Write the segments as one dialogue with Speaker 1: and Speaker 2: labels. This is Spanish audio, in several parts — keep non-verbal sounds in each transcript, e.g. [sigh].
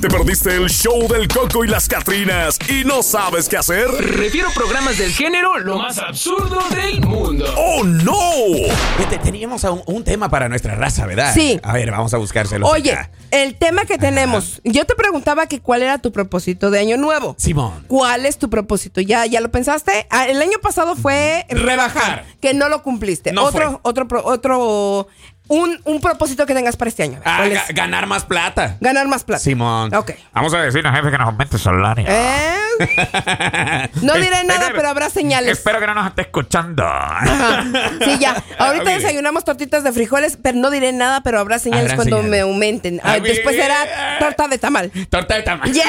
Speaker 1: ¿Te perdiste el show del Coco y las Catrinas y no sabes qué hacer?
Speaker 2: Refiero programas del género lo más absurdo del mundo.
Speaker 1: ¡Oh, no!
Speaker 3: Te- Teníamos a un, un tema para nuestra raza, ¿verdad?
Speaker 4: Sí.
Speaker 3: Ah, A ver, vamos a buscárselo.
Speaker 4: Oye,
Speaker 3: acá.
Speaker 4: el tema que tenemos. Yo te preguntaba que cuál era tu propósito de año nuevo.
Speaker 3: Simón.
Speaker 4: ¿Cuál es tu propósito? ¿Ya, ya lo pensaste? Ah, El año pasado fue rebajar,
Speaker 3: Mm-hmm. Rebajar.
Speaker 4: que no lo cumpliste.
Speaker 3: No
Speaker 4: otro,
Speaker 3: fue.
Speaker 4: otro, pro- otro, un, un propósito que tengas para este año.
Speaker 3: Ah,
Speaker 4: ¿Cuál es?
Speaker 3: ga- ganar más plata.
Speaker 4: Ganar más plata.
Speaker 3: Simón.
Speaker 4: Ok.
Speaker 5: Vamos a decirle al jefe que nos aumente el salario.
Speaker 3: [laughs]
Speaker 4: Eh, No diré nada, pero habrá señales.
Speaker 5: Espero que no nos esté escuchando.
Speaker 4: Ah, Sí, ya.
Speaker 3: [laughs]
Speaker 4: Ahorita
Speaker 3: Mire.
Speaker 4: desayunamos tortitas de frijoles, pero no diré nada, pero habrá señales
Speaker 3: Habrá
Speaker 4: cuando
Speaker 3: señales.
Speaker 4: me aumenten. Ah,
Speaker 3: Ah, mire.
Speaker 4: después será torta de tamal.
Speaker 3: Torta de
Speaker 4: [laughs]
Speaker 3: tamal.
Speaker 4: ¡Yeah!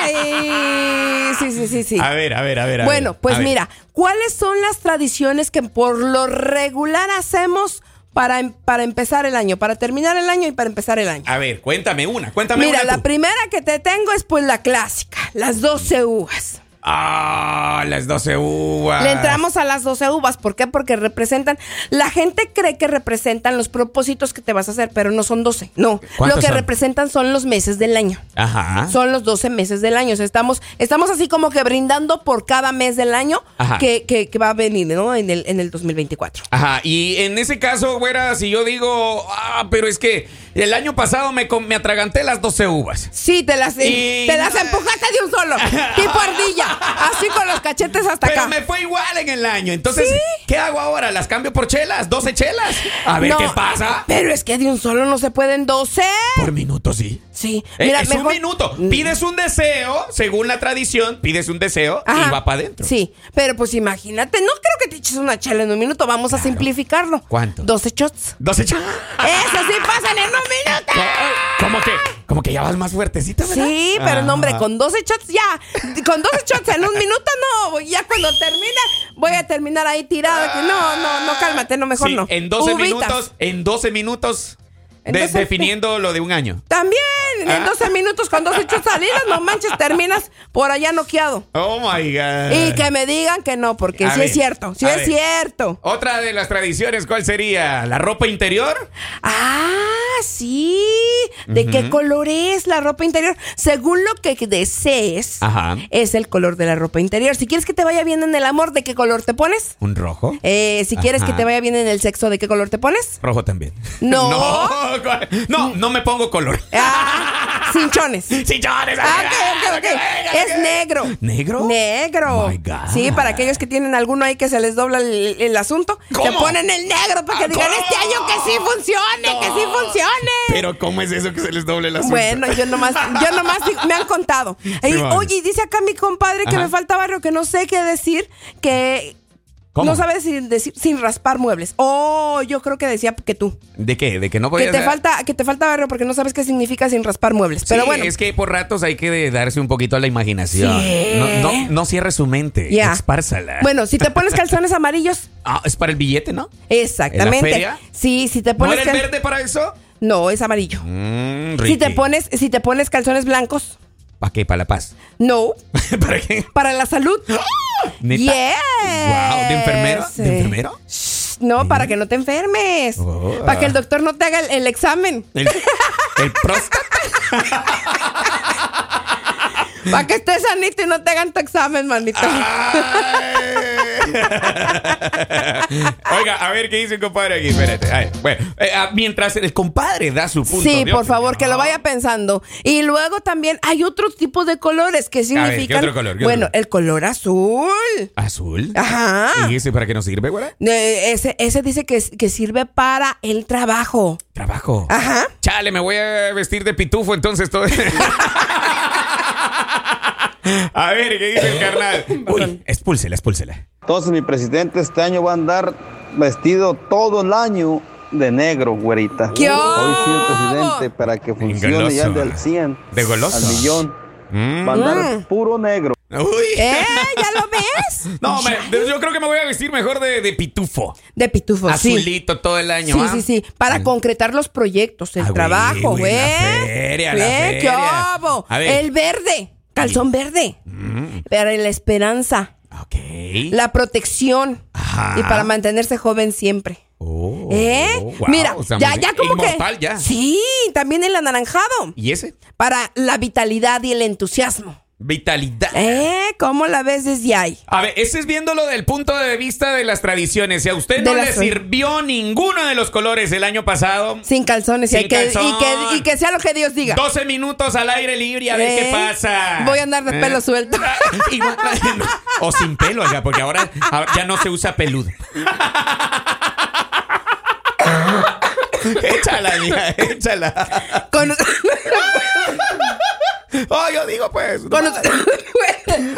Speaker 4: Ay, Sí, sí, sí, sí.
Speaker 3: A ver, a ver, a ver. a
Speaker 4: Bueno,
Speaker 3: ver,
Speaker 4: pues
Speaker 3: a ver.
Speaker 4: mira, ¿cuáles son las tradiciones que por lo regular hacemos para, em- para empezar el año, para terminar el año y para empezar el año?
Speaker 3: A ver, cuéntame una, cuéntame
Speaker 4: Mira,
Speaker 3: Ah, una.
Speaker 4: la
Speaker 3: tú.
Speaker 4: primera que te tengo es pues la clásica, las 12 uvas.
Speaker 3: Ah, las 12 uvas.
Speaker 4: Le entramos a las 12 uvas. ¿Por qué? Porque representan. La gente cree que representan los propósitos que te vas a hacer, pero no son 12. No. Lo
Speaker 3: ¿Cuántos
Speaker 4: que
Speaker 3: son?
Speaker 4: representan son los meses del año.
Speaker 3: Ajá.
Speaker 4: Son los 12 meses del año. O sea, estamos, estamos así como que brindando por cada mes del año
Speaker 3: Ajá.
Speaker 4: que, que- que va a venir, ¿no? En el, en el 2024.
Speaker 3: Ajá, y en ese caso, güera, si yo digo, ah, pero es que el año pasado me, com- me atraganté las 12 uvas.
Speaker 4: Sí, te las, eh,
Speaker 3: Y-
Speaker 4: te las empujaste de un
Speaker 3: [laughs]
Speaker 4: solo. tipo ardilla. Así con los cachetes hasta
Speaker 3: Pero
Speaker 4: acá.
Speaker 3: me fue igual en el año. Entonces,
Speaker 4: Sí.
Speaker 3: ¿qué hago ahora? ¿Las cambio por chelas? ¿12 chelas? A ver
Speaker 4: No,
Speaker 3: qué pasa.
Speaker 4: Pero es que de un solo no se pueden 12.
Speaker 3: Por minuto, sí.
Speaker 4: Sí.
Speaker 3: Eh,
Speaker 4: Mira,
Speaker 3: es
Speaker 4: mejor- Mm.
Speaker 3: un minuto. Pides un deseo, según la tradición, pides un deseo
Speaker 4: Ajá.
Speaker 3: y va para adentro.
Speaker 4: Sí, pero pues imagínate, no creo que te eches una chela en un minuto, vamos a simplificarlo.
Speaker 3: ¿Cuánto?
Speaker 4: 12
Speaker 3: [laughs]
Speaker 4: shots.
Speaker 3: 12 chelas.
Speaker 4: Eso sí pasan en un
Speaker 3: ¿Cómo que? Como que ya vas más fuertecita,
Speaker 4: minuto.
Speaker 3: ¿verdad?
Speaker 4: Sí, pero no, hombre,
Speaker 3: Ah.
Speaker 4: con 12 shots ya. Con 12 shots en un minuto no, ya cuando termine voy a terminar ahí tirada. que No, no, no, cálmate, no, mejor
Speaker 3: Sí,
Speaker 4: no.
Speaker 3: En 12
Speaker 4: Uvitas.
Speaker 3: minutos, en 12 minutos,
Speaker 4: En
Speaker 3: de-
Speaker 4: 12
Speaker 3: definiendo lo de un año.
Speaker 4: También,
Speaker 3: Ah.
Speaker 4: en 12 minutos con 12 shots salidas, no manches, terminas por allá noqueado.
Speaker 3: Oh my God.
Speaker 4: Y que me digan que no, porque
Speaker 3: A
Speaker 4: sí
Speaker 3: ver,
Speaker 4: es cierto, sí
Speaker 3: a
Speaker 4: es
Speaker 3: ver.
Speaker 4: cierto.
Speaker 3: Otra de las tradiciones, ¿cuál sería? ¿La ropa interior?
Speaker 4: Ah, sí. ¿De qué color es la ropa interior? Según lo que desees,
Speaker 3: Ajá.
Speaker 4: es el color de la ropa interior. Si quieres que te vaya bien en el amor, ¿de qué color te pones?
Speaker 3: ¿Un rojo?
Speaker 4: Eh, si quieres
Speaker 3: Ajá.
Speaker 4: que te vaya bien en el sexo, ¿de qué color te
Speaker 3: [laughs]
Speaker 4: pones?
Speaker 3: Rojo también.
Speaker 4: No.
Speaker 3: [laughs] No, ¿cuál? no, no me pongo color.
Speaker 4: Ah, cinchones.
Speaker 3: [laughs] Sillones.
Speaker 4: Ah, ok, ok, ok. Es negro.
Speaker 3: ¿Negro? Oh
Speaker 4: Negro.
Speaker 3: My God.
Speaker 4: Sí, para aquellos que tienen alguno ahí que se les dobla el, el asunto,
Speaker 3: ¿Cómo?
Speaker 4: te ponen el negro para que
Speaker 3: Ah,
Speaker 4: digan
Speaker 3: ¿cómo?
Speaker 4: este año que sí funcione, que sí funcione.
Speaker 3: Pero ¿cómo es eso que se les doble la
Speaker 4: Bueno, yo nomás, yo nomás digo- me han
Speaker 3: [laughs]
Speaker 4: contado. Y,
Speaker 3: bueno.
Speaker 4: Oye, y dice acá mi compadre que
Speaker 3: Ajá.
Speaker 4: me falta barrio, que no sé qué decir, que
Speaker 3: ¿Cómo?
Speaker 4: no sabes sin, decir- sin raspar muebles. Oh, yo creo que decía que tú.
Speaker 3: ¿De qué? ¿De que no podías
Speaker 4: Que te,
Speaker 3: dar-
Speaker 4: falta, que te falta barrio porque no sabes qué significa sin raspar muebles.
Speaker 3: Sí,
Speaker 4: Pero bueno,
Speaker 3: es que por ratos hay que darse un poquito a la imaginación.
Speaker 4: Sí.
Speaker 3: No, no, no cierre su mente,
Speaker 4: ya.
Speaker 3: expársala.
Speaker 4: Bueno,
Speaker 3: [laughs]
Speaker 4: si te pones calzones amarillos,
Speaker 3: Ah, es para el billete, ¿no?
Speaker 4: exactamente.
Speaker 3: ¿En la feria?
Speaker 4: Sí, si te
Speaker 3: ¿No
Speaker 4: pones
Speaker 3: era el
Speaker 4: cal-
Speaker 3: verde para eso?
Speaker 4: No, es amarillo.
Speaker 3: Mm,
Speaker 4: Si te
Speaker 3: Ricky.
Speaker 4: pones, si te pones calzones blalancos,
Speaker 3: ¿Para qué? ¿Para la paz? [laughs]
Speaker 4: no,
Speaker 3: ¿Para qué?
Speaker 4: para la salud.
Speaker 3: [gasps] ¿Neta?
Speaker 4: Yes.
Speaker 3: Wow, ¿de enfermero?
Speaker 4: Sí.
Speaker 3: ¿De enfermero?
Speaker 4: No, para que no te enfermes.
Speaker 3: Oh.
Speaker 4: Para que el doctor no te haga el, el examen.
Speaker 3: ¿El, el próstata?
Speaker 4: Para que estés sanito y no te hagan tu examen, manito.
Speaker 3: Ah, Ay. [laughs] Oiga, a ver qué dice el compadre aquí, espérate. Ay, bueno, eh, ah, mientras el compadre da su punto.
Speaker 4: sí,
Speaker 3: de
Speaker 4: por
Speaker 3: opinión.
Speaker 4: favor, que lo vaya pensando. Y luego también hay otros tipos de colores que
Speaker 3: ver, ¿qué
Speaker 4: significan.
Speaker 3: otro color? ¿Qué
Speaker 4: bueno,
Speaker 3: otro?
Speaker 4: el color azul.
Speaker 3: Azul.
Speaker 4: Ajá.
Speaker 3: ¿Y ese para qué nos sirve, güera?
Speaker 4: Eh, Ese, ese dice que, que sirve para el
Speaker 3: [laughs]
Speaker 4: trabajo.
Speaker 3: Trabajo.
Speaker 4: Ajá.
Speaker 3: Chale, me voy a vestir de pitufo entonces todo. [laughs] a ver, ¿qué dice el
Speaker 4: [laughs]
Speaker 3: carnal? Uy, expúlsela, expúlsela.
Speaker 6: Entonces mi presidente este año va a andar vestido todo el año de negro, güerita.
Speaker 4: ¡Qué
Speaker 6: Hoy sí
Speaker 4: hubo!
Speaker 6: el presidente para que funcione ya
Speaker 3: Goloso.
Speaker 6: el del 100
Speaker 3: De goloso.
Speaker 6: al millón.
Speaker 3: Mm.
Speaker 6: Va a andar puro negro.
Speaker 3: Uy.
Speaker 4: ¿Eh? ¿Ya lo ves?
Speaker 3: [laughs] No, me- yo creo que me voy a vestir mejor de, de pitufo.
Speaker 4: De pitufo, Pues sí.
Speaker 3: Azulito todo el año.
Speaker 4: Sí,
Speaker 3: ¿ah?
Speaker 4: sí, sí. Para concretar los proyectos, el
Speaker 3: Ah, güey,
Speaker 4: trabajo,
Speaker 3: güey,
Speaker 4: güey.
Speaker 3: la feria, la
Speaker 4: Güey, ¿Qué
Speaker 3: feria.
Speaker 4: hubo?
Speaker 3: A ver.
Speaker 4: El verde. Calzón verde. Para la esperanza,
Speaker 3: Mm, Ok.
Speaker 4: la protección
Speaker 3: Ajá. Ah.
Speaker 4: y para mantenerse joven siempre.
Speaker 3: Oh,
Speaker 4: ¿Eh?
Speaker 3: wow,
Speaker 4: Mira,
Speaker 3: o sea,
Speaker 4: ya,
Speaker 3: muy
Speaker 4: ya
Speaker 3: bien.
Speaker 4: como que.
Speaker 3: Inmortal ya.
Speaker 4: Sí, también el anaranjado.
Speaker 3: ¿Y ese?
Speaker 4: Para la vitalidad y el entusiasmo.
Speaker 3: Vitalidad.
Speaker 4: ¿Eh? ¿Cómo la ves desde ahí?
Speaker 3: A ver, ese es viéndolo del punto de vista de las tradiciones. Si a usted no
Speaker 4: De
Speaker 3: le
Speaker 4: las-
Speaker 3: sirvió ninguno de los colores el año pasado,
Speaker 4: Sin calzones, y,
Speaker 3: Sin
Speaker 4: hay que,
Speaker 3: calzón.
Speaker 4: Y, que, y que sea lo que Dios diga.
Speaker 3: 12 minutos al aire libre a ver
Speaker 4: ¿Eh?
Speaker 3: qué pasa.
Speaker 4: Voy a andar de
Speaker 3: ¿Eh?
Speaker 4: pelo
Speaker 3: [laughs]
Speaker 4: suelto.
Speaker 3: Igual- o sin pelo, oiga, porque ahora ahora ya no se usa [laughs] peludo. échala, mija, échala.
Speaker 4: Con-
Speaker 3: Oh, yo digo,
Speaker 4: [laughs]
Speaker 3: pues.
Speaker 4: con- [laughs]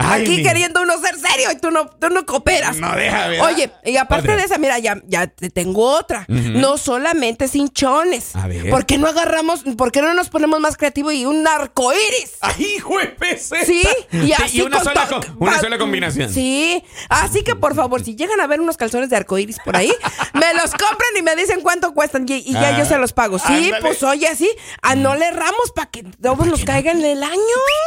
Speaker 3: Ay,
Speaker 4: aquí
Speaker 3: mija.
Speaker 4: queriendo uno ser serio y tú no, tú no cooperas.
Speaker 3: No deja, ¿verdad?
Speaker 4: Oye, y aparte
Speaker 3: Otra.
Speaker 4: de esa, mira, ya, ya te tengo otra. No solamente cinchones.
Speaker 3: A ver.
Speaker 4: ¿Por qué no agarramos, por qué no nos ponemos más creativos y un arco iris?
Speaker 3: Ay, juez, peseta.
Speaker 4: Sí, y así
Speaker 3: una,
Speaker 4: con
Speaker 3: sola,
Speaker 4: to-
Speaker 3: co- una
Speaker 4: pa-
Speaker 3: sola combinación.
Speaker 4: Sí, así que por favor, si llegan a ver unos calzones de arcoíris por ahí, me los compran y me dicen cuánto cuestan y, y ya
Speaker 3: Ah,
Speaker 4: yo se los pago. Sí,
Speaker 3: ándale.
Speaker 4: pues oye, así, a no le erramos para que todos nos caigan en el año.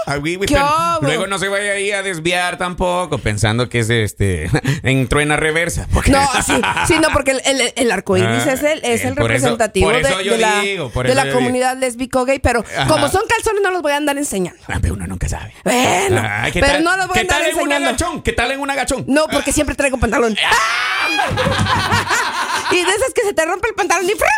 Speaker 3: Ay, güey, güey,
Speaker 4: ¿Qué
Speaker 3: pero
Speaker 4: hago?
Speaker 3: luego no se vaya ahí a desviar tampoco, pensando que es este [laughs] en truena reversa. porque-
Speaker 4: No, sí, sí, no, porque el, el, el arcoíris
Speaker 3: Ah,
Speaker 4: es el, es
Speaker 3: eh,
Speaker 4: el
Speaker 3: por eso-
Speaker 4: representativo
Speaker 3: por
Speaker 4: de,
Speaker 3: eso yo
Speaker 4: de la,
Speaker 3: digo, por
Speaker 4: de
Speaker 3: eso
Speaker 4: la
Speaker 3: yo digo.
Speaker 4: comunidad lésbico gay, pero
Speaker 3: Ajá.
Speaker 4: como son calzones no los voy a andar enseñando.
Speaker 3: Ah, [laughs] pero uno nunca sabe.
Speaker 4: Bueno,
Speaker 3: Ay, Ah, ¿qué
Speaker 4: pero
Speaker 3: tal-
Speaker 4: no los voy a
Speaker 3: ¿Qué
Speaker 4: andar
Speaker 3: tal en un
Speaker 4: enseñando.
Speaker 3: agachón? ¿Qué tal en un agachón?
Speaker 4: No, porque siempre traigo pantalón.
Speaker 3: Ah.
Speaker 4: [laughs] y de esas que se te rompe el pantalón y ¡fran!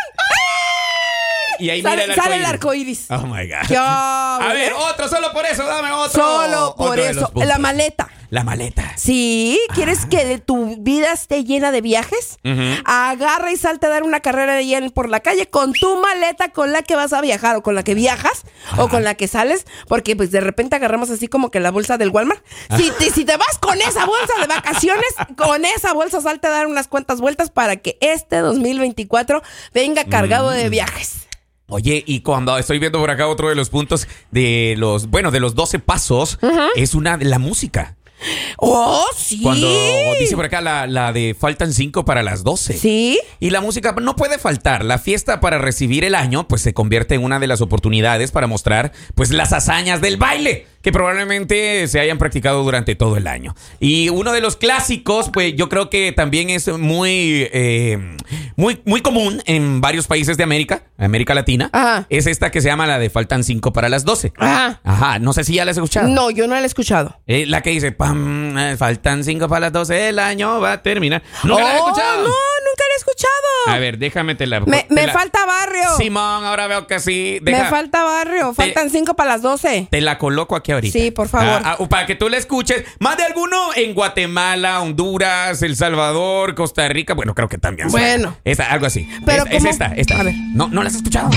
Speaker 3: Ah. Y ahí
Speaker 4: Sale-
Speaker 3: mira el
Speaker 4: sale el
Speaker 3: arcoíris. Oh my God.
Speaker 4: ¡Qué
Speaker 3: a
Speaker 4: hago,
Speaker 3: ver,
Speaker 4: eh!
Speaker 3: otro, solo por eso, dame otro.
Speaker 4: Solo por
Speaker 3: Otro de los
Speaker 4: eso.
Speaker 3: puntos.
Speaker 4: La maleta.
Speaker 3: La maleta.
Speaker 4: Sí,
Speaker 3: Ah.
Speaker 4: ¿quieres que de tu vida esté llena de viajes? Agarra y salte a dar una carrera de hiel por la calle con tu maleta con la que vas a viajar o con la que viajas o con la que sales, porque pues de repente agarramos así como que la bolsa del Walmart.
Speaker 3: Ah.
Speaker 4: Si te, si te vas con esa bolsa de vacaciones, con esa bolsa salte a dar unas cuantas vueltas para que este 2024 venga cargado
Speaker 3: Mm.
Speaker 4: de viajes.
Speaker 3: Oye, y cuando estoy viendo por acá otro de los puntos de los, bueno, de los 12 pasos, es una de la música.
Speaker 4: Oh, sí.
Speaker 3: Cuando dice por acá la, la de faltan 5 para las 12.
Speaker 4: Sí.
Speaker 3: Y la música no puede faltar. La fiesta para recibir el año, pues se convierte en una de las oportunidades para mostrar, pues, las hazañas del baile que probablemente se hayan practicado durante todo el año. Y uno de los clásicos, pues, yo creo que también es muy, eh, muy, muy común en varios países de América, América Latina,
Speaker 4: Ajá.
Speaker 3: es esta que se llama la de faltan cinco para las 12.
Speaker 4: Ajá.
Speaker 3: Ajá, no sé si ya la has escuchado.
Speaker 4: No, yo no la he escuchado.
Speaker 3: Eh, la que dice, pam, eh, faltan cinco para las 12, el año va a terminar. ¿No la has
Speaker 4: Oh,
Speaker 3: escuchado?
Speaker 4: No, nunca la he escuchado.
Speaker 3: A ver, déjame te la.
Speaker 4: me
Speaker 3: te
Speaker 4: me
Speaker 3: la-
Speaker 4: falta barrio.
Speaker 3: Simón, ahora veo que sí.
Speaker 4: me
Speaker 3: Deja-
Speaker 4: falta barrio.
Speaker 3: Te-
Speaker 4: Faltan cinco para las doce.
Speaker 3: Te la coloco aquí ahorita.
Speaker 4: Sí, por favor.
Speaker 3: Ah, ah, para que tú la escuches. Más de alguno en Guatemala, Honduras, El Salvador, Costa Rica. Bueno, creo que también. sabe.
Speaker 4: Bueno.
Speaker 3: Esta, algo así.
Speaker 4: Pero
Speaker 3: es, es
Speaker 4: ¿cómo?
Speaker 3: esta, esta.
Speaker 4: A ver.
Speaker 3: No, no la has escuchado.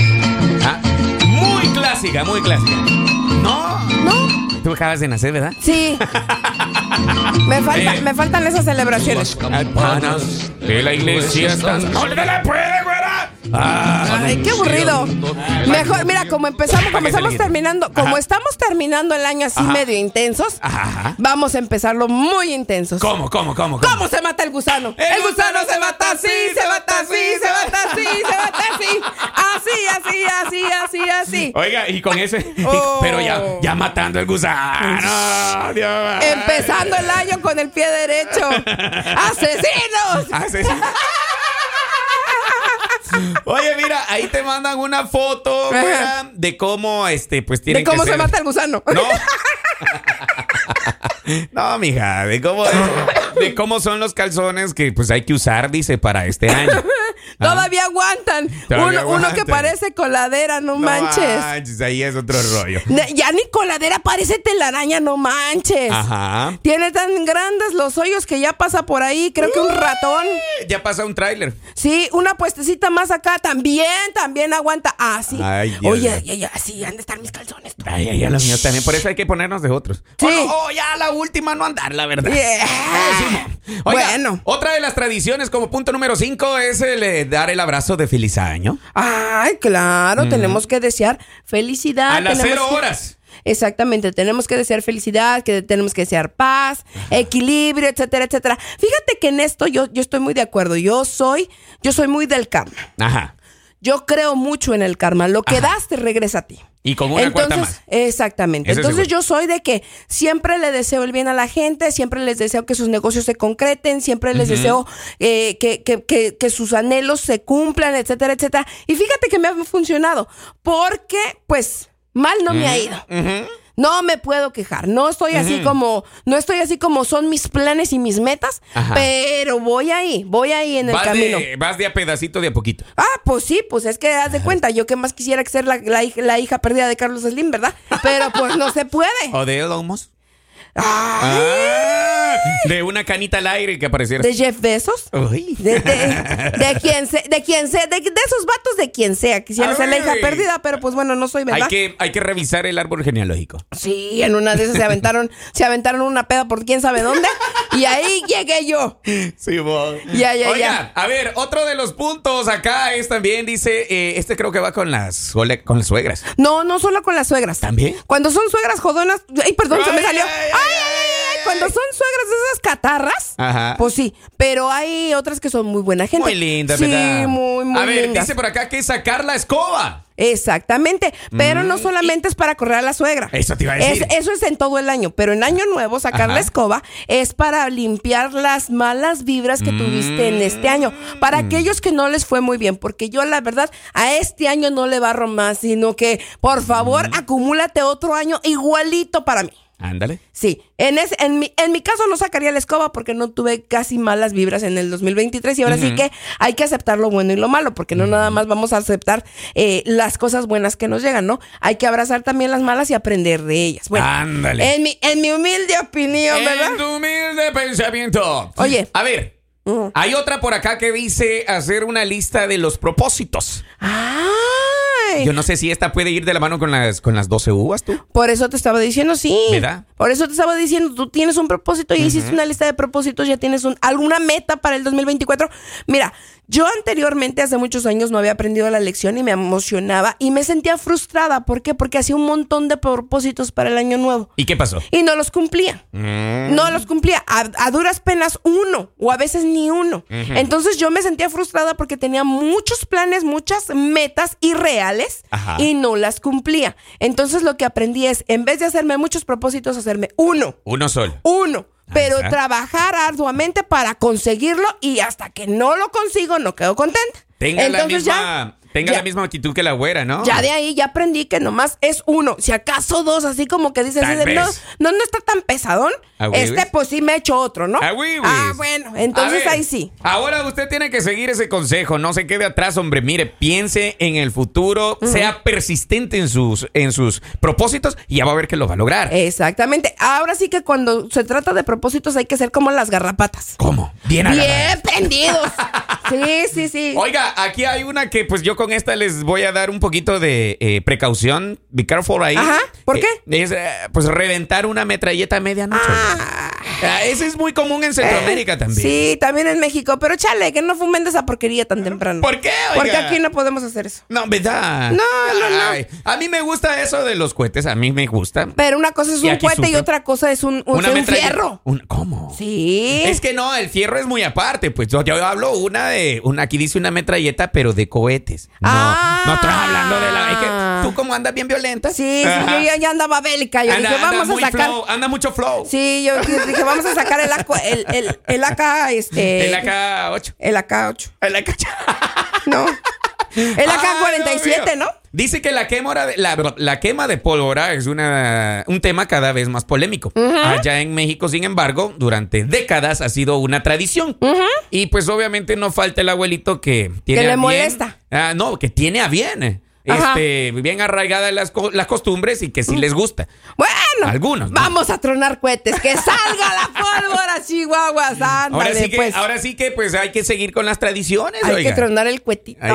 Speaker 3: Ah, muy clásica, muy clásica. No.
Speaker 4: ¿No?
Speaker 3: Tú acabas de nacer, ¿verdad? [laughs]
Speaker 4: Sí. me, falta-
Speaker 3: Eh.
Speaker 4: me faltan esas celebraciones.
Speaker 3: Campanas de la iglesia están. ¡No le dé la puede, güera! Ah,
Speaker 4: Ay, qué aburrido. Mejor, mira, como empezamos, como estamos terminando, como estamos terminando el año así medio intensos,
Speaker 3: Ajá.
Speaker 4: vamos a empezarlo muy intensos.
Speaker 3: ¿Cómo, cómo, cómo?
Speaker 4: ¿Cómo se mata el gusano?
Speaker 3: El gusano se mata así, se mata así, se mata
Speaker 4: así, se mata así. Así, así, así, así, así.
Speaker 3: Oiga, y con ese. [laughs] y-
Speaker 4: Oh.
Speaker 3: Pero ya, ya matando el
Speaker 4: [laughs]
Speaker 3: gusano. Dios.
Speaker 4: Empezando el año con el pie
Speaker 3: [laughs]
Speaker 4: derecho. ¡Asesinos!
Speaker 3: Ah, sí,
Speaker 4: [laughs]
Speaker 3: sí. Oye, mira, ahí te mandan una foto
Speaker 4: Ajá.
Speaker 3: güera, de cómo este, pues tiene
Speaker 4: ¿De cómo se mata el gusano? [laughs]
Speaker 3: No. [laughs] No, mija, de cómo, de cómo son los calzones que pues hay que usar, dice, para
Speaker 4: [laughs]
Speaker 3: este año.
Speaker 4: Todavía aguantan.
Speaker 3: Todavía
Speaker 4: uno, uno que
Speaker 3: aguantan.
Speaker 4: parece coladera, no, manches.
Speaker 3: manches, ahí es otro rollo.
Speaker 4: Ne- Ya ni coladera parece telaraña, no manches.
Speaker 3: Ajá.
Speaker 4: Tiene tan grandes los hoyos que ya pasa por ahí, creo que
Speaker 3: Uh.
Speaker 4: un ratón.
Speaker 3: Ya pasa un tráiler.
Speaker 4: Sí, una puestecita más acá también, también aguanta. Ah, sí.
Speaker 3: Ay, Dios
Speaker 4: Oye,
Speaker 3: mío.
Speaker 4: ay, ay, así han de estar mis calzones. tú.
Speaker 3: Ay, ay, a los míos también. Por eso hay que ponernos de otros.
Speaker 4: Sí.
Speaker 3: Oh, no, oh, ya la última no andar, la verdad.
Speaker 4: Yeah.
Speaker 3: Sí, mo. Oiga,
Speaker 4: Bueno.
Speaker 3: Otra de las tradiciones como punto número 5 es el eh, dar el abrazo de feliz año.
Speaker 4: Ay, claro, tenemos que desear felicidad.
Speaker 3: a las
Speaker 4: tenemos
Speaker 3: cero
Speaker 4: que-
Speaker 3: horas.
Speaker 4: Exactamente, tenemos que desear felicidad, que tenemos que desear paz, equilibrio, etcétera, etcétera. Fíjate que en esto yo, yo estoy muy de acuerdo. Yo soy, yo soy muy del karma.
Speaker 3: Ajá.
Speaker 4: Yo creo mucho en el karma. Lo que das te regresa a ti.
Speaker 3: Y con una cuarta
Speaker 4: Entonces,
Speaker 3: más.
Speaker 4: Exactamente.
Speaker 3: Eso es
Speaker 4: Entonces
Speaker 3: seguro.
Speaker 4: yo soy de que siempre le deseo el bien a la gente, siempre les deseo que sus negocios se concreten, siempre les deseo eh, que, que- que- que sus anhelos se cumplan, etcétera, etcétera. Y fíjate que me ha funcionado, porque pues mal no me ha ido. No me puedo quejar, no estoy así como, no estoy así como son mis planes y mis metas,
Speaker 3: Ajá.
Speaker 4: pero voy ahí, voy ahí en el
Speaker 3: Vas
Speaker 4: camino.
Speaker 3: de, vas de a pedacito de a poquito.
Speaker 4: Ah, pues sí, pues es que haz de cuenta, yo que más quisiera que ser la, la hij- la hija perdida de Carlos Slim, ¿verdad? Pero pues no se puede.
Speaker 3: O de Elon Musk.
Speaker 4: Ah,
Speaker 3: Ah, de una canita al aire que apareciera.
Speaker 4: de Jeff Bezos.
Speaker 3: Uy.
Speaker 4: De, de,
Speaker 3: [laughs]
Speaker 4: de quien sea, de quien sea, de, de esos vatos de quien sea. Quisiera ser la hija
Speaker 3: Ay.
Speaker 4: perdida, pero pues bueno, no soy,
Speaker 3: Hay
Speaker 4: ¿verdad?
Speaker 3: que, hay que revisar el árbol genealógico.
Speaker 4: Sí, en una de esas se aventaron, se aventaron una peda por quién sabe dónde. Y ahí llegué yo.
Speaker 3: Sí, vos.
Speaker 4: Ya, ya,
Speaker 3: Oigan, a ver, otro de los puntos acá es también, dice, eh, este creo que va con las, sole- con las suegras.
Speaker 4: No, no solo con las suegras.
Speaker 3: ¿También?
Speaker 4: Cuando son suegras jodonas. Ay, perdón, se me
Speaker 3: Ay,
Speaker 4: salió.
Speaker 3: ay,
Speaker 4: Ay,
Speaker 3: ay,
Speaker 4: ay,
Speaker 3: ay,
Speaker 4: ay, ay, Cuando son suegras de esas catarras.
Speaker 3: Ajá.
Speaker 4: Pues sí. Pero hay otras que son muy buena gente.
Speaker 3: Muy linda,
Speaker 4: sí,
Speaker 3: ¿verdad?
Speaker 4: muy, muy
Speaker 3: A ver,
Speaker 4: lindas.
Speaker 3: dice por acá que es sacar la escoba.
Speaker 4: Exactamente. Pero no solamente es para correr a la suegra.
Speaker 3: Mm. Eso te iba a decir.
Speaker 4: Es- eso es en todo el año. Pero en Año Nuevo, sacar
Speaker 3: Ajá.
Speaker 4: la escoba es para limpiar las malas vibras que tuviste en este año. Para
Speaker 3: Mm.
Speaker 4: aquellos que no les fue muy bien. Porque yo, la verdad, a este año no le barro más, sino que, por favor,
Speaker 3: Mm.
Speaker 4: acumúlate otro año igualito para mí.
Speaker 3: Ándale.
Speaker 4: Sí, en, ese- en, mi, en mi caso no sacaría la escoba porque no tuve casi malas vibras en el 2023 y ahora sí que hay que aceptar lo bueno y lo malo porque no nada más vamos a aceptar eh, las cosas buenas que nos llegan, ¿no? Hay que abrazar también las malas y aprender de ellas. Bueno,
Speaker 3: Ándale.
Speaker 4: En mi, en mi humilde opinión,
Speaker 3: En
Speaker 4: ¿verdad?
Speaker 3: tu humilde pensamiento.
Speaker 4: Oye.
Speaker 3: A ver.
Speaker 4: Mm.
Speaker 3: Hay otra por acá que dice hacer una lista de los propósitos.
Speaker 4: ¡Ay!
Speaker 3: Yo no sé si esta puede ir de la mano con las, con las 12 uvas, tú.
Speaker 4: Por eso te estaba diciendo, sí.
Speaker 3: ¿Verdad?
Speaker 4: Por eso te estaba diciendo, tú tienes un propósito y hiciste una lista de propósitos, ya tienes un- alguna meta para el 2024. Mira, yo anteriormente, hace muchos años, no había aprendido la lección y me emocionaba y me sentía frustrada. ¿Por qué? Porque hacía un montón de propósitos para el año nuevo
Speaker 3: ¿Y qué pasó?
Speaker 4: y no los cumplía. No los cumplía. A, a duras penas uno o a veces ni uno. Entonces yo me sentía frustrada porque tenía muchos planes, muchas metas irreales
Speaker 3: Ajá.
Speaker 4: y no las cumplía. Entonces lo que aprendí es, en vez de hacerme muchos propósitos, hacerme uno,
Speaker 3: Uno solo.
Speaker 4: uno. Pero
Speaker 3: está.
Speaker 4: trabajar arduamente para conseguirlo y hasta que no lo consigo no quedo contenta.
Speaker 3: Tenga la
Speaker 4: Entonces ya-
Speaker 3: misma, tenga
Speaker 4: ya-
Speaker 3: la misma actitud que la güera, ¿no?
Speaker 4: ya de ahí ya aprendí que nomás es uno. Si acaso dos, así como que dices,
Speaker 3: Tal
Speaker 4: ese, no,
Speaker 3: vez.
Speaker 4: no, no está tan pesadón.
Speaker 3: Ah, güey,
Speaker 4: Este,
Speaker 3: güey.
Speaker 4: pues sí me echo otro, ¿no?
Speaker 3: Ah, güey, güey.
Speaker 4: Ah, bueno,
Speaker 3: A
Speaker 4: entonces
Speaker 3: ver,
Speaker 4: ahí sí.
Speaker 3: Ahora usted tiene que seguir ese consejo, no se quede atrás, hombre. Mire, piense en el futuro, sea persistente en sus, en sus propósitos y ya va a ver que lo va a lograr.
Speaker 4: Eh, Exactamente. Ahora sí que cuando se trata de propósitos hay que ser como las garrapatas.
Speaker 3: ¿Cómo? Bien, agarrado.
Speaker 4: Bien
Speaker 3: [laughs]
Speaker 4: prendidos. sí, sí, sí.
Speaker 3: Oiga, aquí hay una que pues yo con esta les voy a dar un poquito de eh, precaución. Be careful ahí.
Speaker 4: Ajá, ¿por
Speaker 3: Eh,
Speaker 4: qué?
Speaker 3: es eh, pues reventar una metralleta a medianoche. Ah, Ese es muy común en Centroamérica también.
Speaker 4: Eh, Sí, también en México. Pero chale, que no fumen de esa porquería tan temprano.
Speaker 3: ¿Por qué, oiga?
Speaker 4: Porque aquí no podemos hacer eso.
Speaker 3: No, ¿verdad?
Speaker 4: No, no, no.
Speaker 3: Ay, A mí me gusta eso de los cohetes, a mí me gusta.
Speaker 4: Pero una cosa es
Speaker 3: Y
Speaker 4: un
Speaker 3: aquí
Speaker 4: cohete y
Speaker 3: sufre.
Speaker 4: otra cosa es un, un, un
Speaker 3: metralla-
Speaker 4: fierro.
Speaker 3: un- ¿Cómo?
Speaker 4: Sí.
Speaker 3: Es que no, el fierro es muy aparte. Pues yo, yo hablo una de. Una, aquí dice una metralleta, pero de cohetes. No,
Speaker 4: Ah.
Speaker 3: no estás hablando de la. Es que tú, como andas bien violenta.
Speaker 4: Sí, sí,
Speaker 3: Ajá.
Speaker 4: yo ya, ya andaba bélica. Yo
Speaker 3: Anda,
Speaker 4: dije,
Speaker 3: anda
Speaker 4: vamos
Speaker 3: muy
Speaker 4: a sacar.
Speaker 3: flow, anda mucho flow.
Speaker 4: Sí, yo dije, vamos a sacar el, acu- el, el, el AK, este.
Speaker 3: El AK-8.
Speaker 4: El AK-8.
Speaker 3: El AK.
Speaker 4: No. El AK-47,
Speaker 3: Ay, Dios
Speaker 4: ¿no?
Speaker 3: Ah, mío. Dice que la quema, de, la, la quema de pólvora es una, un tema cada vez más polémico. Allá en México, sin embargo, durante décadas ha sido una tradición. Y pues obviamente no falta el abuelito que tiene
Speaker 4: Que le
Speaker 3: a bien-
Speaker 4: molesta.
Speaker 3: Ah, no, que tiene a bien.
Speaker 4: Ajá.
Speaker 3: Este, bien arraigadas las, co- las costumbres y que sí les gusta.
Speaker 4: Bueno.
Speaker 3: Algunos, ¿no?
Speaker 4: Vamos a tronar cohetes. ¡Que salga la pólvora, Chihuahuas! Ándale,
Speaker 3: Ahora sí, que,
Speaker 4: pues.
Speaker 3: ahora sí que pues hay que seguir con las tradiciones.
Speaker 4: hay
Speaker 3: oiga.
Speaker 4: que tronar el cuetito.
Speaker 3: Hay,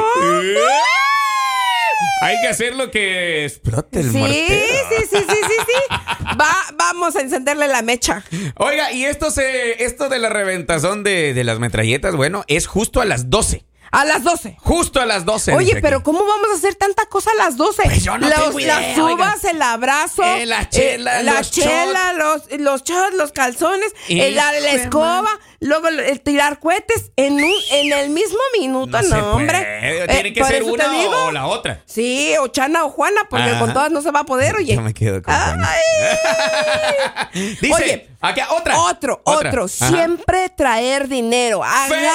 Speaker 3: hay que hacer lo que explote el
Speaker 4: Sí,
Speaker 3: mortero.
Speaker 4: sí, sí, sí, sí, sí. Va, vamos a encenderle la mecha.
Speaker 3: Oiga, y esto se, esto de la reventazón de, de las metralletas, bueno, es justo a las 12.
Speaker 4: A las 12.
Speaker 3: Justo a las 12. dice
Speaker 4: Oye,
Speaker 3: aquí.
Speaker 4: pero ¿cómo vamos a hacer tanta cosa a las 12?
Speaker 3: Pues yo no tengo idea,
Speaker 4: las uvas, el abrazo,
Speaker 3: Eh, la chela,
Speaker 4: la
Speaker 3: los
Speaker 4: chela, los, los shots, los calzones,
Speaker 3: Hijo
Speaker 4: el- la, la
Speaker 3: de
Speaker 4: escoba,
Speaker 3: madre.
Speaker 4: luego el- el tirar cohetes en, un, en el mismo minuto, no,
Speaker 3: se
Speaker 4: hombre.
Speaker 3: puede.
Speaker 4: Eh,
Speaker 3: Tiene que
Speaker 4: por
Speaker 3: ser
Speaker 4: eso te
Speaker 3: una
Speaker 4: digo.
Speaker 3: o la otra.
Speaker 4: Sí, o Chana o Juana, porque
Speaker 3: Ajá.
Speaker 4: con todas no se va a poder, oye.
Speaker 3: Yo me quedo con Juana.
Speaker 4: Ay.
Speaker 3: Dice,
Speaker 4: Oye,
Speaker 3: aquí, otra.
Speaker 4: Otro,
Speaker 3: Otra.
Speaker 4: otro.
Speaker 3: Ajá.
Speaker 4: Siempre traer dinero. Agarre.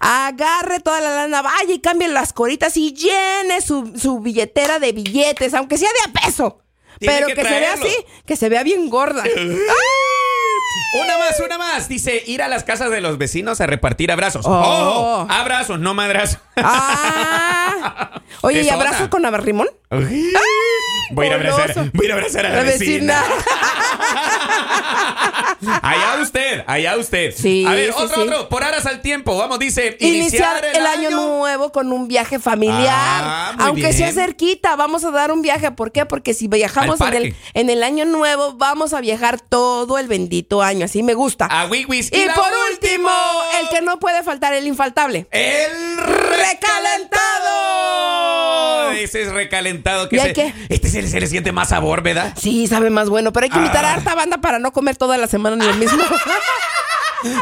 Speaker 4: Agarre toda la lana. Vaya y cambie las coritas y llene su, su billetera de billetes, aunque sea de a peso.
Speaker 3: Tiene
Speaker 4: pero
Speaker 3: que
Speaker 4: que, se vea
Speaker 3: traerlo.
Speaker 4: así, que se vea bien
Speaker 3: [laughs]
Speaker 4: gorda.
Speaker 3: Una más, una más. Dice, ir a las casas de los vecinos a repartir abrazos.
Speaker 4: Oh.
Speaker 3: Ojo, abrazos, no madrazos. [laughs]
Speaker 4: Ah. Oye,
Speaker 3: Es
Speaker 4: ¿y abrazos
Speaker 3: otra.
Speaker 4: con abarrimón?
Speaker 3: Uy. Voy a ir a abrazar,
Speaker 4: Goloso.
Speaker 3: voy a ir a abrazar a la, vecina. Allá usted, allá usted.
Speaker 4: Sí,
Speaker 3: a ver,
Speaker 4: sí,
Speaker 3: otro,
Speaker 4: sí.
Speaker 3: otro. Por aras al tiempo. Vamos, dice,
Speaker 4: Iniciar el año
Speaker 3: nuevo.
Speaker 4: nuevo con un viaje familiar.
Speaker 3: Ah, muy
Speaker 4: Aunque sea
Speaker 3: bien.
Speaker 4: cerquita, vamos a dar un viaje. ¿Por qué? Porque si viajamos
Speaker 3: Al
Speaker 4: en el,
Speaker 3: parque.
Speaker 4: en el año nuevo, vamos a viajar todo el bendito año. Así me gusta.
Speaker 3: A Wiwis.
Speaker 4: y
Speaker 3: la
Speaker 4: por último,
Speaker 3: última,
Speaker 4: el que no puede faltar, el infaltable.
Speaker 3: El recalentado. Ese es recalentado. Que
Speaker 4: ¿Y hay
Speaker 3: se-
Speaker 4: qué?
Speaker 3: Este se, le- se le siente más sabor, ¿verdad?
Speaker 4: Sí, sabe más bueno, pero hay
Speaker 3: Ah.
Speaker 4: que invitar a harta banda para no comer toda la semana ni lo
Speaker 3: [laughs]
Speaker 4: mismo.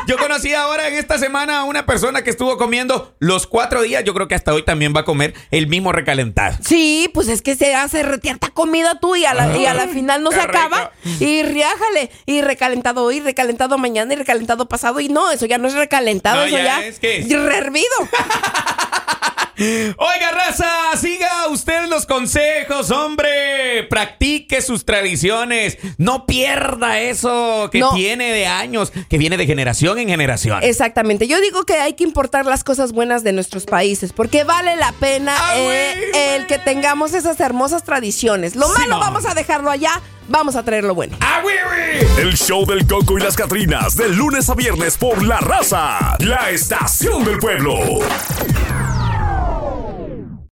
Speaker 3: Yo conocí ahora en esta semana a una persona que estuvo comiendo los cuatro días. Yo creo que hasta hoy también va a comer el mismo recalentado.
Speaker 4: Sí, pues es que se hace retierta comida tú y a la, y a la final no
Speaker 3: Ah, qué
Speaker 4: se
Speaker 3: rico.
Speaker 4: acaba. Y riájale. Y recalentado hoy, recalentado mañana y recalentado pasado. Y no, eso ya no es recalentado,
Speaker 3: No,
Speaker 4: eso
Speaker 3: ya
Speaker 4: ya,
Speaker 3: es que- [laughs]
Speaker 4: hervido.
Speaker 3: Oiga, raza, siga usted los consejos, hombre. Practique sus tradiciones. No pierda eso que
Speaker 4: No.
Speaker 3: tiene de años, que viene de generación en generación.
Speaker 4: Exactamente. Yo digo que hay que importar las cosas buenas de nuestros países porque vale la pena
Speaker 3: Ah,
Speaker 4: eh,
Speaker 3: güey,
Speaker 4: el que tengamos esas hermosas tradiciones. Lo
Speaker 3: Sí,
Speaker 4: malo
Speaker 3: no.
Speaker 4: vamos a dejarlo allá, vamos a traer lo bueno.
Speaker 3: ¡Ah, güey, güey!
Speaker 1: El show del Coco y las Catrinas, de lunes a viernes por La Raza, la estación del pueblo.